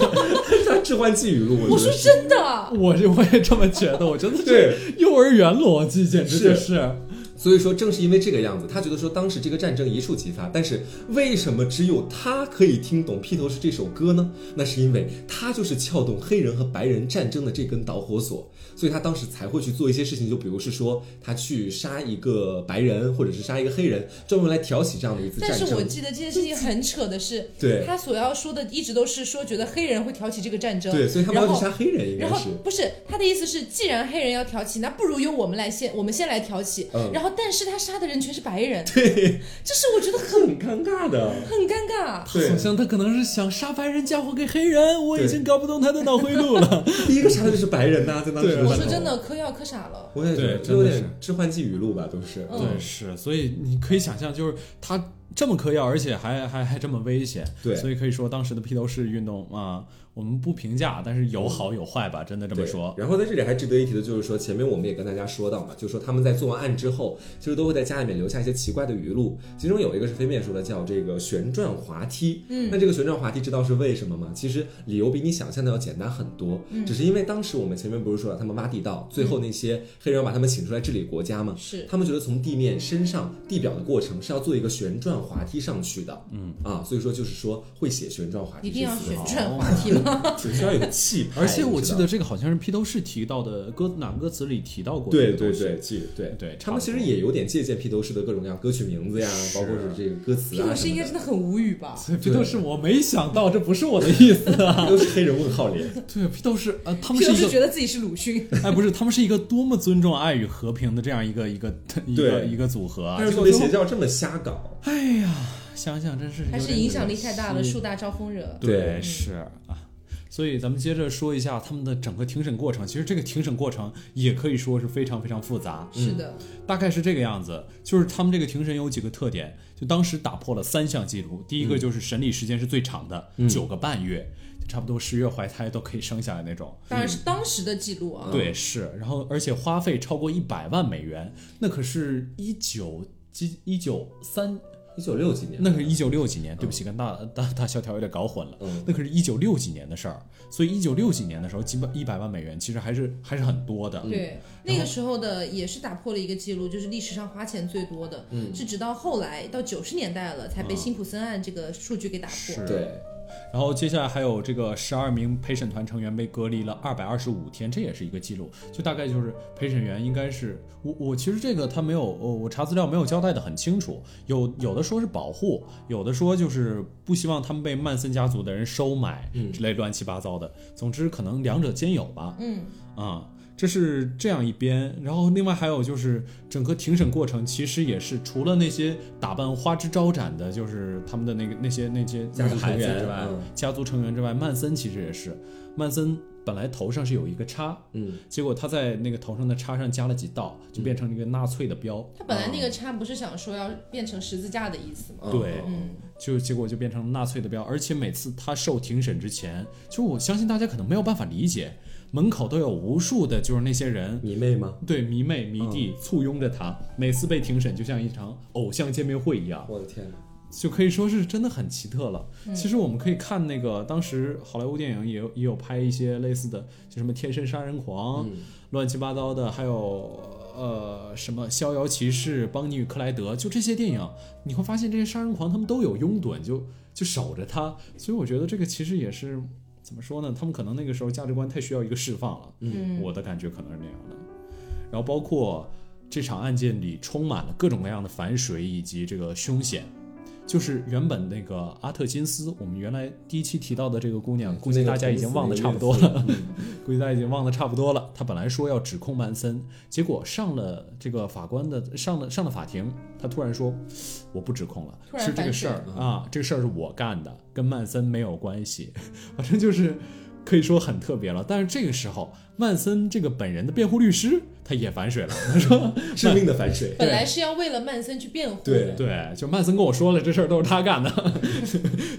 他置换寄语录，我
我
觉得
说
是。
真的，啊
我就我也这么觉得，我觉得
对
这幼儿园逻辑简直就是。
所以说，正是因为这个样子，他觉得说当时这个战争一触即发。但是为什么只有他可以听懂《披头士》这首歌呢？那是因为他就是撬动黑人和白人战争的这根导火索， 所以他当时才会去做一些事情，就比如是说他去杀一个白人，或者是杀一个黑人，专门来挑起这样的一次
但
战
是我
争。
记得这件事情很扯的是，
对
他所要说的一直都是说觉得黑人会挑起这个战争，
对，所以他们
然
要
后
去杀黑人，应该
然后
是
不是他的意思是，既然黑人要挑起，那不如由我们来先，我们先来挑起。
嗯
然后，但是他杀的人全是白人，对，这是我觉得很
很尴尬的。
很尴 尬。
对
好像他可能是想杀白人嫁祸给黑人，我
对
已经搞不懂他的脑回路 了。
第一个杀的就是白人呐、在当时
对
时
我
候
说真的，嗑药嗑傻了。
我也觉得
对
就有
真的是
点置换寄语录吧，都是。
嗯
对，是，所以你可以想象，就是他这么嗑药，而且还还还这么危险。
对
所以可以说当时的披头士运动啊，我们不评价，但是有好有坏吧，真的这么
对
说。
然后在这里还值得一提的就是说，前面我们也跟大家说到嘛，就是说他们在做完案之后，其实都会在家里面留下一些奇怪的语录，其中有一个是飞面说的，叫这个旋转滑梯。
嗯
那这个旋转滑梯知道是为什么吗？其实理由比你想象的要简单很多，
嗯
只是因为当时我们前面不是说了他们挖地道，最后那些黑人要把他们请出来治理国家嘛，
是
他们觉得从地面身上地表的过程是要做一个旋转滑梯上去的，嗯啊，所以说就是说会写旋转滑梯
一
是
定要
死
旋
好，
转滑梯吗？
只需要有气派，
而且我记
你知道吗
得这个好像是披头士提到的歌，哪个歌词里提到过这
对
个
对
东西？
对，记对
对
他们
差
其
不
实也有点借鉴披头士的各种各样歌曲名字呀，包括是这个歌词
披
啊
头
什
士应
么
该
的
真。的很无语吧？
所以披头士我没想到，这不是我的意思啊。
披头士黑人问号 脸，
对，披头士 呃，他们
披
是
头
一
士觉
个
得自己是鲁迅，
哎，不是，他们是一个多么尊重爱与和平的这样一个一个一个
对
一个组合啊
但！是
结果
被
最后
邪教这么瞎搞，
哎呀，想想真是有
还是
点
影响力太大了，
可惜
树大招风惹。
对
对，是啊。所以咱们接着说一下他们的整个庭审过程。其实这个庭审过程也可以说是非常非常复杂，
是的，
大概是这个样子。就是他们这个庭审有几个特点，就当时打破了三项记录。第一个就是审理时间是最长的，九个半月，就差不多十月怀胎都可以生下来那种。
当然是当时的记录啊。
对，是，然后而且花费超过一百万美元，那可是一九几一九三，
一九六几年，
那可是一九六几年，对不起，跟大大大萧条有点搞混了，
嗯
那可是一九六几年的事儿，所以一九六几年的时候，几百一百万美元其实还是还是很多的，
对，那个时候的也是打破了一个记录，就是历史上花钱最多的，是直到后来到九十年代了才被辛普森案这个数据给打破。
是
对，
然后接下来还有这个十二名陪审团成员被隔离了二百二十五天，这也是一个记录。就大概就是陪审员应该是我我其实这个他没有呃我查资料没有交代的很清楚，有有的说是保护，有的说就是不希望他们被曼森家族的人收买之类乱七八糟的。总之可能两者兼有吧。
嗯，
啊、这是这样一边，然后另外还有就是整个庭审过程，其实也是除了那些打扮花枝招展的，就是他们的那个那些那些
家族成
孩子
员
之外，
嗯
家族成员之外，曼森其实也是，曼森本来头上是有一个叉，
嗯，
结果他在那个头上的叉上加了几道，就变成了一个纳粹的标，
他本来那个叉不是想说要变成十字架的意思吗？
嗯
对
嗯，
就结果就变成了纳粹的标，而且每次他受庭审之前，就是我相信大家可能没有办法理解，门口都有无数的就是那些人。
迷妹吗？
对迷妹迷弟簇拥着他，每次被庭审就像一场偶像见面会一样，
我的天哪，
就可以说是真的很奇特了。其实我们可以看那个当时好莱坞电影也有也有拍一些类似的，就什么《天生杀人狂》乱七八糟的，还有呃什么《逍遥骑士》《邦尼与克莱德》，就这些电影，你会发现这些杀人狂他们都有拥趸，就就守着他。所以我觉得这个其实也是怎么说呢？他们可能那个时候价值观太需要一个释放了。
嗯
我的感觉可能是那样的。然后包括这场案件里充满了各种各样的反水以及这个凶险，就是原本那个阿特金斯，我们原来第一期提到的这个姑娘，
嗯
估计大家已经忘得差不多
那个
了
童子的岳父，
估计大家已经忘得差不多了。她本来说要指控曼森，结果上了这个法官的上了上了法庭，她突然说我不指控了，
突然
是这个
反
事
省
儿啊，这个事儿是我干的，跟曼森没有关系，反正就是。可以说很特别了，但是这个时候，曼森这个本人的辩护律师他也反水了，他说
嗯致命的 反水。
本来是要为了曼森去辩护
对
的，
对，就曼森跟我说了，这事儿都是他 干的，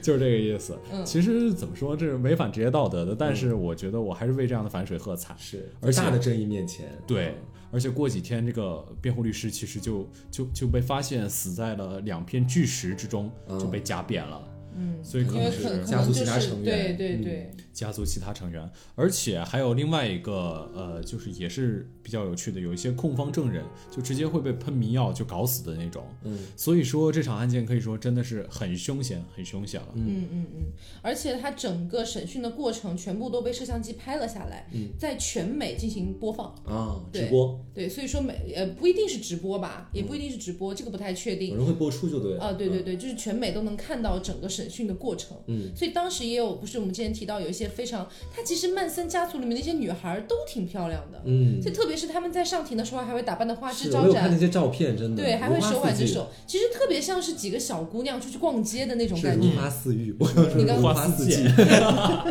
就是这个意思。
嗯
其实怎么说，这是违反职业道德的，但是我觉得我还是为这样的反水喝彩。
是，
而且
大的正义面前，
嗯
对，而且过几天这个辩护律师其实就就就被发现死在了两片巨石之中，
嗯
就被加扁了。
嗯，
所以可
因
能
为
是
可可
家族
能就
其他
是
成
对
员
对
嗯
对，
家族其他成员，而且还有另外一个呃，就是也是比较有趣的，有一些控方证人就直接会被喷迷药就搞死的那种。
嗯，
所以说这场案件可以说真的是很凶险，很凶险了。
嗯嗯嗯，而且他整个审讯的过程全部都被摄像机拍了下来，在全美进行播放。
啊，
对
直播
对，所以说美呃不一定是直播吧，也不一定是直播，这个不太确定
有。人会播出就对了。
啊，对对对，就是全美都能看到整个审讯的过程。
嗯，
所以当时也有，不是我们之前提到有一些非常，她其实曼森家族里面的一些女孩都挺漂亮的，
嗯，
所以特别是她们在上庭的时候还会打扮的花枝
是我
招
有看那
展，
些照片，真的
对，还会手挽着，
如
手，其实特别像是几个小姑娘出去逛街的那种
花似
感
是
觉嗯
如。花似玉，我要说
你刚
如花似嗯
花
玉，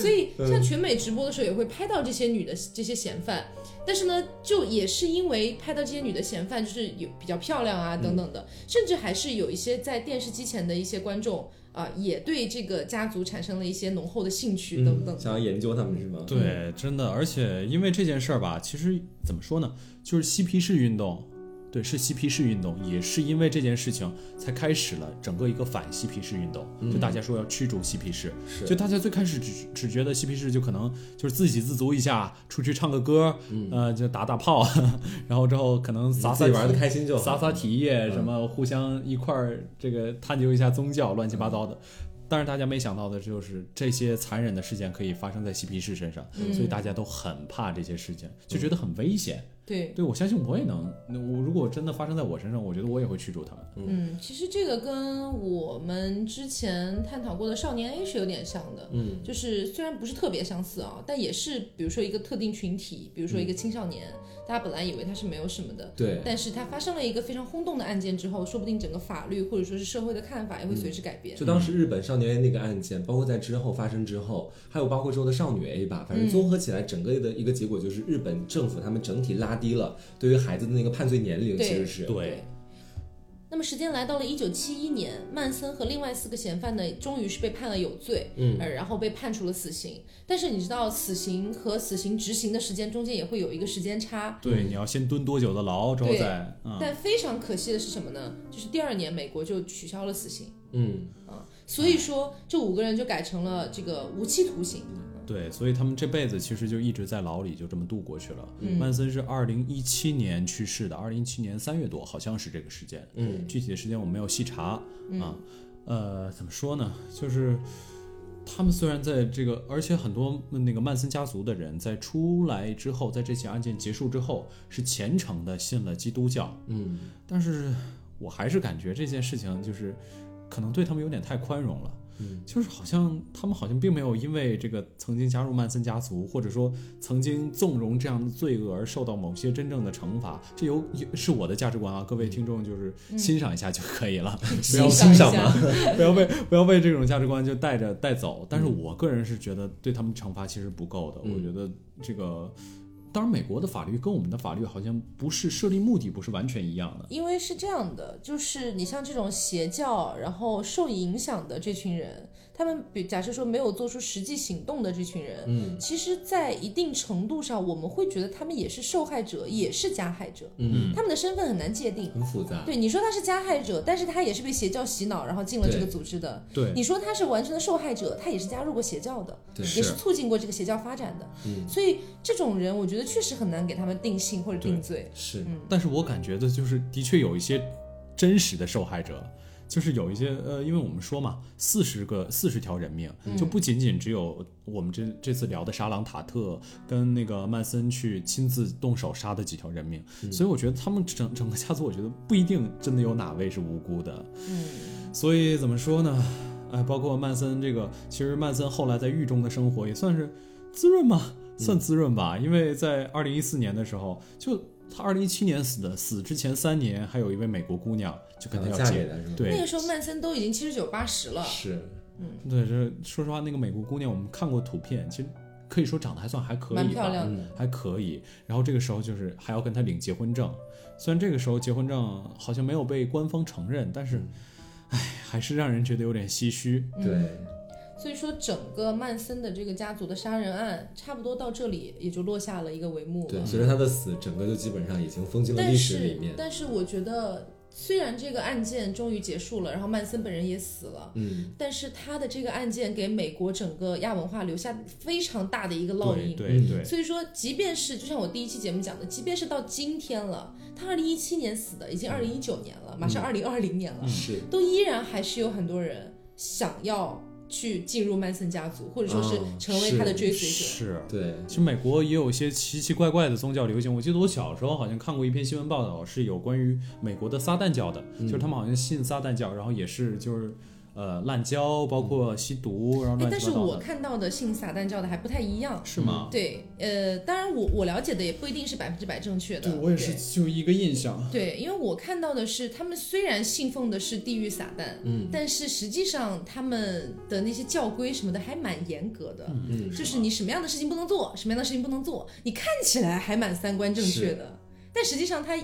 所以像全美直播的时候也会拍到这些女的这些嫌犯，但是呢，就也是因为拍到这些女的嫌犯，就是有比较漂亮啊等等的，甚至还是有一些在电视机前的一些观众啊、也对这个家族产生了一些浓厚的兴
嗯
趣等等。
想要研究他们是吗？
对，真的，而且因为这件事儿吧，其实怎么说呢，就是嬉皮士运动，对，是嬉皮士运动，也是因为这件事情才开始了整个一个反嬉皮士运动，
嗯
就大家说要驱逐嬉皮士，
是
就大家最开始只只觉得嬉皮士就可能就是自给自足一下，出去唱个歌，呃，就打打炮， 然后之后可能撒
砸嗯自
撒
己玩的开心就好。
撒撒体液，什么互相一块儿这个探究一下宗教，乱七八糟的。但是大家没想到的就是，这些残忍的事件可以发生在嬉皮士身上，所以大家都很怕这些事件，就觉得很危险。
对，
对我相信我也能，那我如果真的发生在我身上，我觉得我也会驱逐他们。
嗯，其实这个跟我们之前探讨过的少年 A 是有点像的，
嗯，
就是虽然不是特别相似啊，但也是比如说一个特定群体，比如说一个青少年，大家本来以为他是没有什么的，
对，
但是它发生了一个非常轰动的案件之后，说不定整个法律或者说是社会的看法也会随之改变。
就当时日本少年 A 那个案件，包括在之后发生之后，还有包括之后的少女 A 吧，反正
嗯
综合起来，整个的一个结果就是日本政府他们整体拉低了对于孩子的那个判罪年龄，
对
其实是
对，
那么时间来到了一九七一年，曼森和另外四个嫌犯呢，终于是被判了有罪，
嗯
呃，然后被判处了死刑。但是你知道，死刑和死刑执行的时间中间也会有一个时间差。
对，你要先蹲多久的牢，之后
对
再嗯，
但非常可惜的是什么呢？就是第二年美国就取消了死刑
嗯，
啊，所以说这五个人就改成了这个无期徒刑。
对，所以他们这辈子其实就一直在牢里就这么度过去了。曼森是二零一七年去世的，二零一七年三月多，好像是这个时间。
嗯，
具体的时间我没有细查、啊。呃，怎么说呢？就是他们虽然在这个，而且很多那个曼森家族的人在出来之后，在这起案件结束之后，是虔诚的信了基督教。
嗯，
但是我还是感觉这件事情就是可能对他们有点太宽容了。就是好像他们好像并没有因为这个曾经加入曼森家族，或者说曾经纵容这样的罪恶而受到某些真正的惩罚。这有是我的价值观啊，各位听众就是欣赏一下就可以了， 不要
嗯欣赏一下
欣嘛， 不要被不要被这种价值观就带着带走。但是我个人是觉得对他们惩罚其实不够的，我觉得这个。当然，美国的法律跟我们的法律好像不是设立目的不是完全一样的。
因为是这样的，就是你像这种邪教，然后受影响的这群人，他们比假设说没有做出实际行动的这群人，嗯，其实，在一定程度上，我们会觉得他们也是受害者，也是加害者，
嗯，
他们的身份很难界定。
很复杂，
对，你说他是加害者，但是他也是被邪教洗脑，然后进了这个
对
组织的。
对，
你说他是完全的受害者，他也是加入过邪教的，
对
也
是
是促进过这个邪教发展的。
嗯
所以这种人，我觉得确实很难给他们定性或者
对
定罪。
是，
但是我感觉的就是，的确有一些真实的受害者，就是有一些呃，因为我们说嘛，四十个四十条人命，就不仅仅只有我们这这次聊的沙朗塔特跟那个曼森去亲自动手杀的几条人命，所以我觉得他们整整个家族，我觉得不一定真的有哪位是无辜的。
嗯
所以怎么说呢？哎，包括曼森这个，其实曼森后来在狱中的生活也算是滋润吧，
嗯
算滋润吧，因为在二零一四年的时候，就他二零一七年死的，死之前三年还有一位美国姑娘就跟他要
呃嫁给
结，
他是吗？，
对
那个时候曼森都已经七十九八十了，
是，
对，这说实话，那个美国姑娘我们看过图片，其实可以说长得还算还可以吧，
蛮漂亮的。
嗯，
还可以。然后这个时候就是还要跟他领结婚证，虽然这个时候结婚证好像没有被官方承认，但
嗯
是，哎，还是让人觉得有点唏嘘。
嗯
对，
所以说，整个曼森的这个家族的杀人案，差不多到这里也就落下了一个帷幕
对，
了。
随着他的死，整个就基本上已经封进了
但
历史
是
里面，。
但是我觉得，虽然这个案件终于结束了，然后曼森本人也死了，
嗯，
但是他的这个案件给美国整个亚文化留下非常大的一个烙
对
印。
对
嗯
对，
所以说，即便是就像我第一期节目讲的，即便是到今天了，他二零一七年死的，已经二零一九年了，马
嗯
上二零二零年了，
是，
都依然还是有很多人想要去进入曼森家族，或者说是
嗯
成为他的
是
追随者。
是。
哎
对，
其实美国也有一些奇奇怪怪的宗教流行。我记得我小时候好像看过一篇新闻报道，是有关于美国的撒旦教的，就是他们好像信撒旦教，然后也是就是呃滥交，包括吸毒，然后
哎，
乱
但
七
是
八糟
我
的。嗯
看到的信撒旦教的还不太一样。
是吗？
对，呃，当然我我了解的也不一定是百分之百正确的。
就一个印象。
对。对，因为我看到的是，他们虽然信奉的是地狱撒旦，
嗯，
但是实际上他们的那些教规什么的还蛮严格的，
嗯，
就是你什么样的事情不能做，什么样的事情不能做，你看起来还蛮三观正确的，但实际上他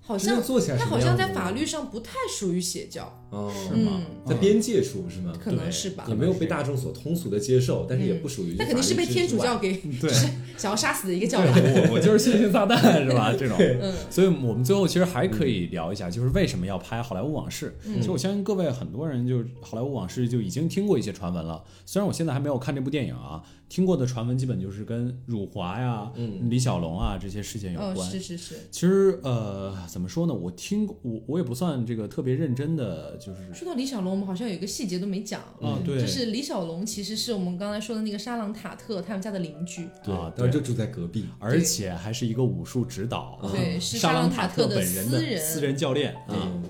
好
真
像
正做起来
他
什么
好像
样
在
子
法律上不太属于邪教，
哦，
是吗？
嗯
在边界处是吗？
可能
对
是吧嗯
也？没有被大众所通俗的接受，但是也不属于
那肯定是被天 主教给
对，
想要杀死的一个教 派。
对我我就是信信撒旦是吧？这种，
嗯
所以我们最后其实还可以聊一下，就是为什么要拍《好莱坞往事》。
嗯
其实我相信各位很多人就《好莱坞往事》就已经听过一些传闻了，虽然我现在还没有看这部电影啊，听过的传闻基本就是跟辱华呀、
嗯
李小龙啊这些事件有
哦，
关。
是是是。
其实呃，怎么说呢？我听过我我也不算这个特别认真的，就是
说到李小龙，我们好像有一个细节都没讲，
嗯
啊，对，
就是李小龙其实是我们刚才说的那个沙朗塔特他们家的邻居，
对
啊，
当然就住在隔壁，
而且还是一个武术指导，啊
对，是
哦沙朗
朗
塔
特
特本人
私
的
人
私人教练啊。
嗯，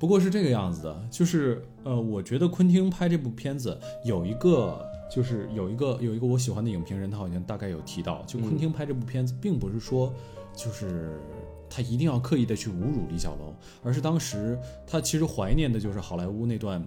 不过是这个样子的，就是呃，我觉得昆汀拍这部片子有一个，就是有一个有一个我喜欢的影评人，他好像大概有提到，就昆汀拍这部片子，并不是说就是。他一定要刻意的去侮辱李小龙，而是当时他其实怀念的就是好莱坞那段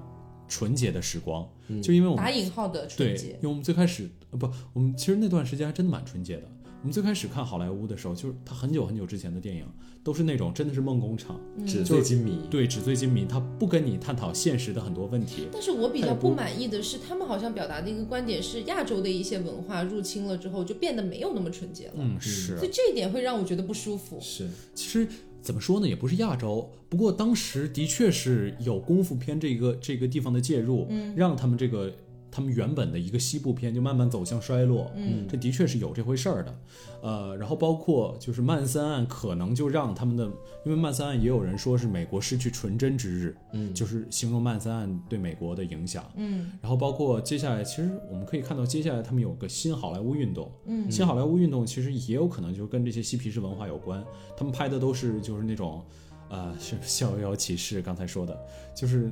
纯洁的时光，就因为我们
打引号的
对
纯，洁
因，为我们最开始呃不，我们其实那段时间还真的蛮纯洁的。我们最开始看好莱坞的时候，就是他很久很久之前的电影，都是那种真的是梦工厂，
嗯
纸醉金迷，
对纸醉金迷，他不跟你探讨现实的很多问题。
但是我比
他
较
也不
不满意的是，他们好像表达的一个观点是，亚洲的一些文化入侵了之后，就变得没有那么纯洁了，
嗯，是啊
所以。这一点会让我觉得不舒服。
是，
其实怎么说呢，也不是亚洲，不过当时的确是有功夫片这个这个地方的介入，嗯，让他们这个他们原本的一个西部片就慢慢走向衰落，嗯，这的确是有这回事儿的，呃，然后包括就是曼森案，可能就让他们的，因为曼森案也有人说是美国失去纯真之日，嗯，就是形容曼森案对美国的影响，
嗯，
然后包括接下来，其实我们可以看到，接下来他们有个新好莱坞运动。嗯，新好莱坞运动其实也有可能就是跟这些嬉皮士文化有关。他们拍的都是就是那种，呃，是《逍遥骑士》刚才说的，就是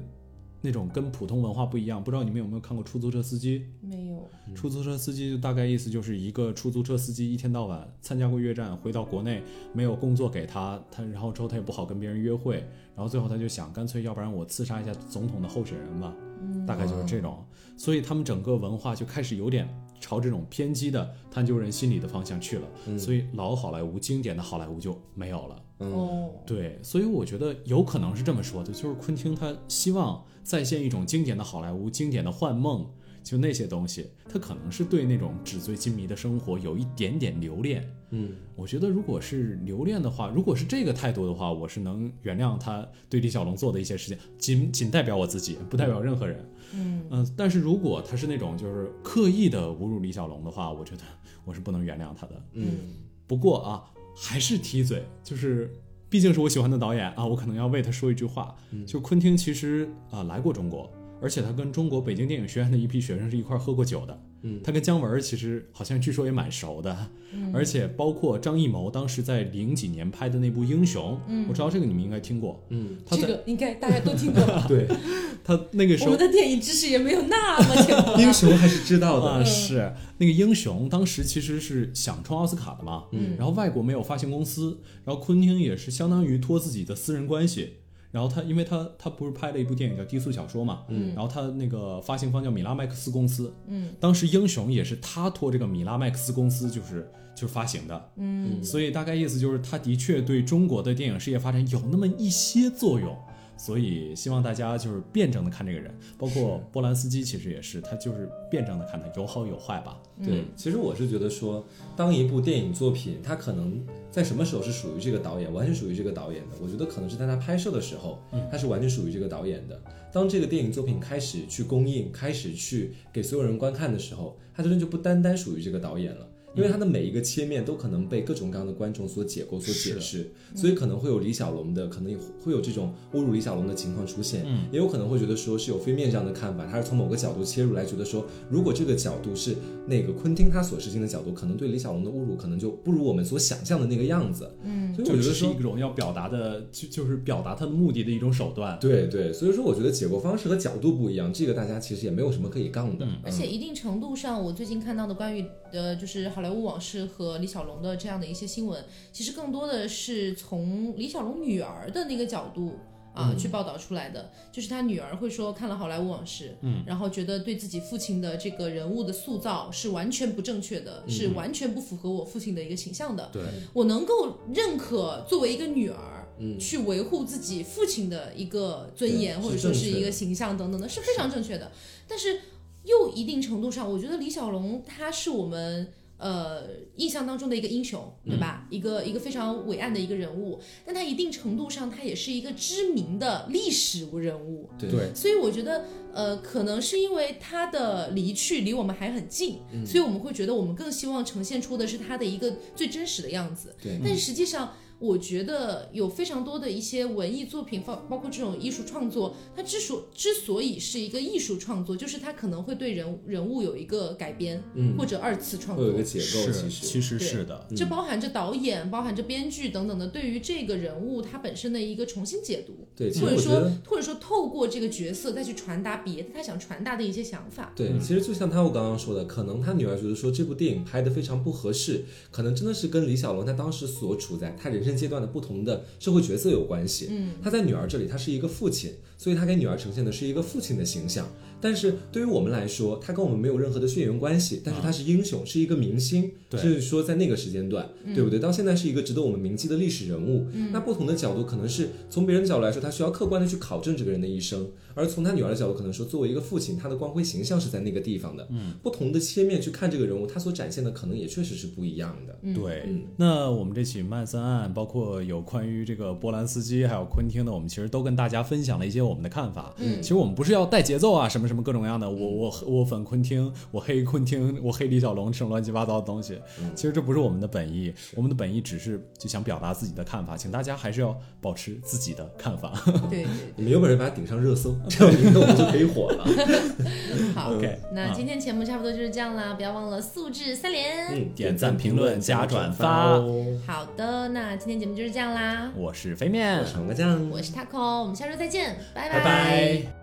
那种跟普通文化不一样。不知道你们有没有看过《出租车司机》？
没有，
出租车司机就大概意思就是一个出租车司机一天到晚参加过越战，回到国内没有工作给他，他然后之后他也不好跟别人约会，然后最后他就想，干脆要不然我刺杀一下总统的候选人吧，大概就是这种。所以他们整个文化就开始有点朝这种偏激的探究人心理的方向去了，所以老好莱坞经典的好莱坞就没有了。
哦，
对，所以我觉得有可能是这么说的，就是昆汀他希望再现一种经典的好莱坞、经典的幻梦，就那些东西，他可能是对那种纸醉金迷的生活有一点点留恋。
嗯，
我觉得如果是留恋的话，如果是这个态度的话，我是能原谅他对李小龙做的一些事情，仅仅代表我自己，不代表任何人。
嗯，
嗯、但是如果他是那种就是刻意的侮辱李小龙的话，我觉得我是不能原谅他的。
嗯，
不过啊，还是踢嘴，就是毕竟是我喜欢的导演啊，我可能要为他说一句话。就昆汀其实啊、来过中国，而且他跟中国北京电影学院的一批学生是一块儿喝过酒的。
嗯，
他跟姜文儿其实好像据说也蛮熟的，
嗯
而且包括张艺谋当时在零几年拍的那部《英雄》，
嗯
我知道这个你们应该听过。
嗯，
他
这
在
个应该大家都听 过吧？
对，
他那个
我
时候
们的电影知识也没有那么浅薄
英
吧。
雄还是知道的。
啊，是那个英雄，当时其实是想冲奥斯卡的嘛，
嗯
然后外国没有发行公司，然后昆汀也是相当于托自己的私人关系，然后他因为他他不是拍了一部电影叫《低俗小说》嘛，
嗯
然后他那个发行方叫米拉麦克斯公司，
嗯，
当时英雄也是他托这个米拉麦克斯公司就是就是发行的，
嗯
所以大概意思就是他的确对中国的电影事业发展有那么一些作用。所以希望大家就是辩证的看这个人，包括波兰斯基其实也是，他就是辩证的看他有好有坏吧。
嗯
对，其实我是觉得说，当一部电影作品，它可能在什么时候是属于这个导演，完全属于这个导演的。我觉得可能是在他拍摄的时候，它是完全属于这个导演的。当这个电影作品开始去公映，开始去给所有人观看的时候，它真的就不单单属于这个导演了。因为
嗯
它的每一个切面都可能被各种各样的观众所解构、所解释，所以可能会有李小龙的，可能也会有这种侮辱李小龙的情况出现，
嗯
也有可能会觉得说是有非面这样的看法，他是从某个角度切入来，觉得说如果这个角度是那个昆汀他所实行的角度，可能对李小龙的侮辱可能就不如我们所想象的那个样子，嗯，所以
就
我觉
只
得
是
说
一种要表达的，就就是表达他的目的的一种手段。
对对，所以说我觉得解构方式和角度不一样，这个大家其实也没有什么可以杠的，
嗯
而且一定程度上，我最近看到的关于呃，就是好莱坞往事和李小龙的这样的一些新闻，其实更多的是从李小龙女儿的那个角度。
嗯
啊，去报道出来的，就是他女儿会说看了《好莱坞往事》，嗯，然后觉得对自己父亲的这个人物的塑造是完全不正确的，是
嗯
完全不符合我父亲的一个形象的。
对，
我能够认可作为一个女儿，去维护自己父亲的一个尊严，
嗯对
或者
是正
说是
确的
一个形象等等的，是非常正确的。但是又一定程度上，我觉得李小龙他是我们。呃，印象当中的一个英雄，对吧？
嗯
一个一个非常伟岸的一个人物，但他一定程度上，他也是一个知名的历史人物。
对
对
所以我觉得，呃，可能是因为他的离去离我们还很近，
嗯
所以我们会觉得我们更希望呈现出的是他的一个最真实的样子。
对
但实际上，我觉得有非常多的一些文艺作品，包包括这种艺术创作，它之所之所以是一个艺术创作，就是它可能会对人人物有一个改编，
嗯
或者二次创
会
作
有一。个解嗯构，
是
其实
其实
对
是的，
这包含着导演，包含着编剧等等的，对于这个人物他本身的一个重新解读。
对，其实
或
我
者
觉得
说。，或者说透过这个角色再去传达别的他想传达的一些 想法。
对，其实就像他我刚刚说的，可能他女儿觉得说这部电影拍的非常不合适，可能真的是跟李小龙他当时所处在他人生阶段的不同的社会角色有关系。
嗯，
他在女儿这里他是一个父亲，所以他给女儿呈现的是一个父亲的形象。但是对于我们来说，他跟我们没有任何的血缘关系，但是他是英雄，是一个明星，
对
甚至说在那个时间段，对不对？到现在是一个值得我们铭记的历史人物。那不同的角度，可能是从别人的角度来说，他需要客观的去考证这个人的一生；而从他女儿的角度，可能说作为一个父亲，他的光辉形象是在那个地方的。嗯，不同的切面去看这个人物，他所展现的可能也确实是不一样的。
对
嗯，
那我们这起曼森案，包括有关于这个波兰斯基还有昆汀的，我们其实都跟大家分享了一些我们的看法。嗯，其实我们不是要带节奏啊，什么什么各种各样的，我我我粉昆汀，我黑昆汀， 我黑李小龙这种乱七八糟的东西。其实这不是我们的本意，我们的本意只是就想表达自己的看法，请大家还是要保持自己的看法。
对对
你们有本事把它顶上热搜，
嗯
这样明天我们就可以火了。
对，
嗯
好。
OK，
那
啊
今天节目差不多就是这样啦，不要忘了素质三连。
嗯，
点赞评论加转发
哦。
好的，那今天节目就是这样啦。
我是飞面，
我是王个酱，
我是 Taco，我们下周再见，拜
拜拜